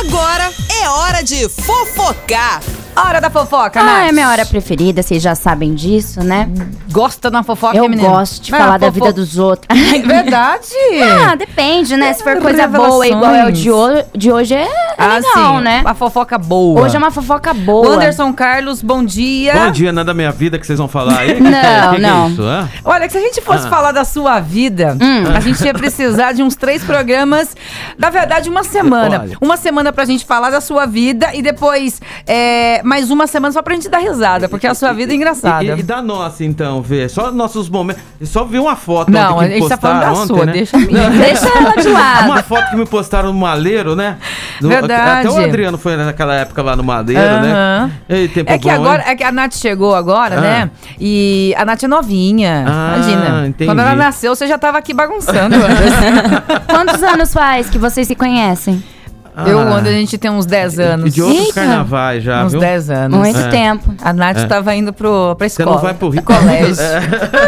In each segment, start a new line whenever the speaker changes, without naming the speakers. Agora é hora de fofocar.
Hora da fofoca,
Ah,
Nath.
é minha hora preferida, vocês já sabem disso, né?
Gosta de uma fofoca,
eu
menina?
gosto de
Vai,
falar da
fofo-
vida dos outros.
Verdade.
ah, depende, né? Se for coisa
Revelações.
boa igual é o de, ho- de hoje, é
Ah,
legal,
sim.
né?
A fofoca boa.
Hoje é uma fofoca
O
boa.
Anderson Carlos, bom dia.
Bom dia, nada da minha vida que vocês vão falar aí. Que que é?
Não,
Que que é
não.
isso, hã?
Olha, que se a gente fosse
Ah.
falar da sua vida, a gente ia precisar de uns três programas, na verdade, uma semana.
Olha.
Uma semana pra gente falar da sua vida e depois é, mais uma semana só pra gente dar risada, porque a sua vida é engraçada.
E, e da nossa, então, vê. Só nossos momentos. Eu Só vi uma foto
Não, a
ontem que
gente tá
postaram
falando da
ontem,
sua,
né?
deixa a minha.
Deixa ela de lado.
Uma foto que me postaram no Maleiro, né? Do-
Verdade.
Até o Adriano foi naquela época lá no Maleiro,
Aham.
né? Ei, tempo
É que
bom,
agora,
hein?
é que a Nath chegou agora,
Ah.
né? E a Nath é novinha.
Ah,
imagina.
entendi.
Quando ela nasceu, você já tava aqui bagunçando. Anderson.
Quantos anos faz que vocês se conhecem?
Eu,
Ah.
Anderson, a gente tem uns 10
E
anos.
de outros
Eita.
carnavais já,
Uns
viu?
10 anos.
Muito
É.
tempo.
A Nath tava indo pro, pra
Você
escola.
não vai pro Rio. É.
Colégio.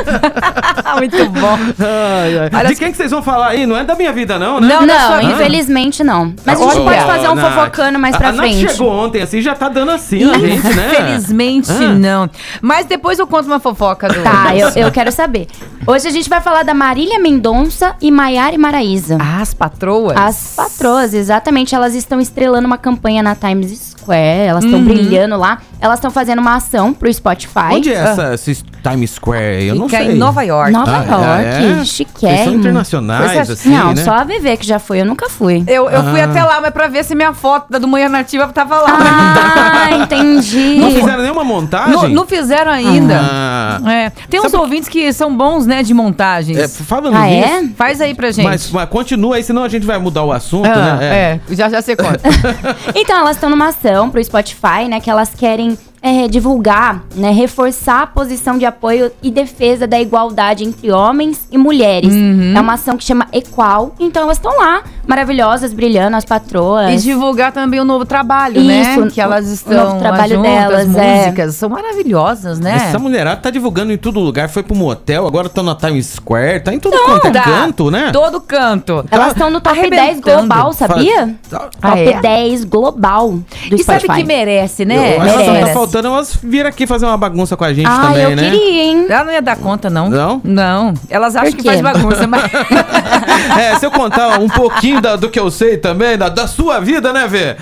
Muito bom.
Ai, ai.
Olha,
De quem que vocês vão falar aí? Não é da minha vida, não, né?
Não, da sua
Não,
vida.
infelizmente não. Mas a gente
Olha,
pode fazer um
Nath.
fofocando mais
A-
Ah,
pra
a Nath
frente.
chegou ontem assim, já tá dando assim na gente, né?
Infelizmente,
Ah.
não. Mas depois eu conto uma fofoca do.
Tá, eu, eu quero saber. Hoje a gente vai falar da Marília Mendonça e Maiara e Maraísa.
Ah, As patroas?
As patroas, exatamente. Elas estão estrelando uma campanha na Times Square. Elas
Uhum.
estão brilhando lá. Elas estão fazendo uma ação pro Spotify.
Onde é essa, esse Times Square? aí? Eu não
Fica
sei.
em Nova York.
Nova
Ah,
York,
é? Vocês são
chiquérrimo.
internacionais, assim,
não,
né?
só a VV que já foi, eu nunca fui.
Eu, eu
Ah.
fui até lá, mas pra ver se minha foto da do Manhã Nativa tava lá.
Ah,
Não
entendi.
fizeram nenhuma
não,
montagem?
não fizeram ainda.
Ah.
É. Tem uns
Sabe-
ouvintes que são bons, né, de montagens.
É, falando
Ah, é?
nisso,
Faz aí pra gente.
mas, mas continua aí, senão a gente vai mudar o assunto,
Ah,
né?
é. já é. já você conta.
Então, elas estão numa ação pro Spotify, né? Que elas querem é, divulgar, né? Reforçar a posição de apoio e defesa da igualdade entre homens e mulheres. É uma ação que chama Equal. Então, elas estão lá, maravilhosas, brilhando, as patroas.
E divulgar também o novo trabalho, né?
Isso,
Que elas
o- o
estão
novo
lá
trabalho
juntas,
delas, é.
músicas. São maravilhosas, né?
Essa mulherada tá divulgando em todo lugar, foi pro motel, agora tá na Times Square, tá em todo quanto é
Tá.
canto, né?
Todo canto.
Elas estão no top 10
Arrebentando.
global, sabia?
Tá-
Ah,
top
é?
10 global do
E
Spotify.
sabe que merece, né?
Eu acho que só tá
É, merece.
faltando elas virem aqui fazer uma bagunça com a gente
Ah,
também,
eu
né?
queria, hein?
Ela não ia dar conta, não.
Não?
Não. Elas acham
Por
que
quê?
faz bagunça, mas.
É, se eu contar um pouquinho da- do que eu sei também, da, da sua vida, né, Vê?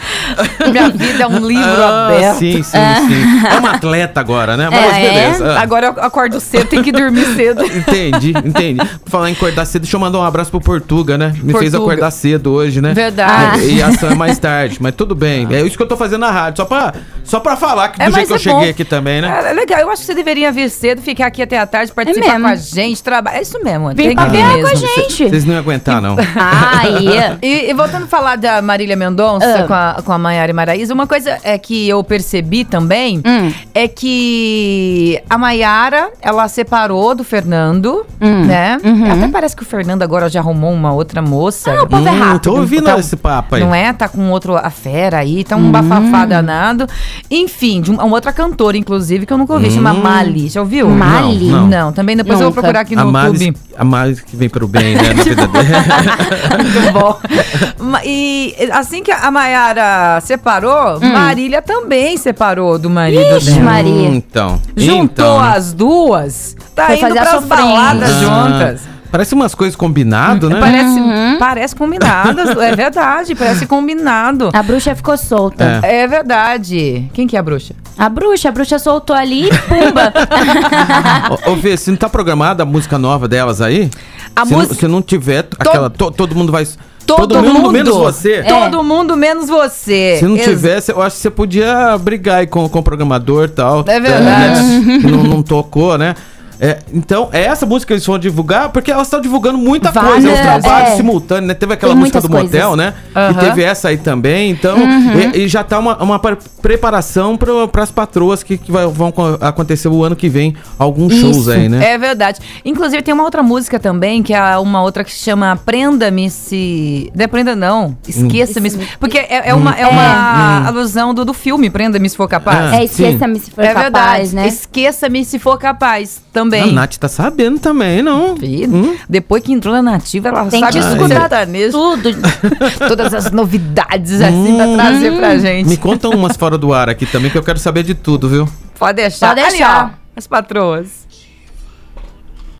Minha vida é um livro
Ah,
aberto.
Sim, sim, sim. É uma atleta agora, né? Mas
É,
beleza. Ah,
Agora eu acordo cedo, tem que dormir cedo.
Entendi, entendi. Por Falar em acordar cedo, deixa eu mandar um abraço pro Portuga, né? Me fez
Portuga.
acordar cedo hoje, né?
Verdade. Ah.
E, e a Sam é mais tarde, mas tudo bem. É isso que eu tô fazendo na rádio, só pra, só pra falar que do jeito
É, mas
que eu
bom.
cheguei aqui também, né?
É, é legal, eu acho que você deveria vir cedo, ficar aqui até a tarde, participar
mesmo.
com a gente, trabalhar. É isso mesmo,
Vem
tem que vir
papear com a
mesmo.
gente.
Vocês não iam aguentar, não.
Ah, ia.
E, e voltando a falar da Marília Mendonça
Ah.
com a, com a Maiara e Maraísa, uma coisa é que eu percebi também
Hum.
é que a Maiara, ela separou do Fernando,
Hum.
né?
Uhum.
Até parece que o Fernando agora já arrumou uma outra moça.
o povo é rápido.
Hum, tô ouvindo
Então,
esse papo aí. Hum.
Não é? Tá com outro a fera aí, tá um bafafá danado. Enfim, de um- uma outra cantora, inclusive, que eu nunca ouvi, chama Mali. Já ouviu?
Mali?
Não,
Hum. Não, não.
também depois eu vou
Nunca.
procurar aqui no
a Males,
YouTube.
a Males que vem pro bem, né? Na vida dela.
Muito bom. Ma- E assim que a Maiara separou, Marília também separou do marido
Hum. Ixi,
dela.
Maria.
Então.
Juntou
então, né?
as duas, tá
Foi
indo
fazer a
pras
sofrência.
baladas
Ah,
juntas. Hum,
Parece umas coisas combinado, né?
Parece,
Uhum.
parece combinadas, é verdade, parece combinado.
A bruxa ficou solta.
É.
É verdade. Quem que é a bruxa?
A bruxa, a bruxa soltou ali e pumba.
Ô, ô, Vê, se não tá programada a música nova delas aí?
A
se, não-
música-
se não tiver, t- aquela. to- todo mundo vai. menos
É.
você. É.
Todo mundo menos você.
Se não
Ex-
tivesse, eu acho que você podia brigar aí com, com o programador e tal.
É verdade.
né? Que não, não tocou, né? É, então, é essa música que eles vão divulgar, porque elas estão divulgando muita coisa. É um
Várias,
trabalho
é.
simultâneo, né? Teve aquela
Tem
música
muitas
do
coisas.
motel, né?
Aham.
E teve essa aí também. Então, e, e já tá uma, uma pre- preparação para as patroas que, que vai- vão co- acontecer o ano que vem. Alguns shows
Isso.
aí, né?
É verdade. Inclusive, tem uma outra música também, que é uma outra que se chama Aprenda-me se. Não é Prenda, não. Esqueça-me.
Hum.
se- Porque é, é uma,
Hum.
é uma alusão do, do filme Prenda-me se for capaz.
Ah,
é, esqueça-me se for
É
capaz,
verdade.
né?
Esqueça-me se for capaz
A
também.
Nath tá sabendo também, não.
Filho,
Hum?
Depois que entrou na nativa, ela
Tem
sabe
que
tudo
escutar
sertanejo.
tudo.
Todas as novidades assim pra trazer pra gente.
Hum. Me conta umas fora do ar aqui também, que eu quero saber de tudo, viu?
Pode deixar.
Pode deixar.
Ali, ó, as patroas.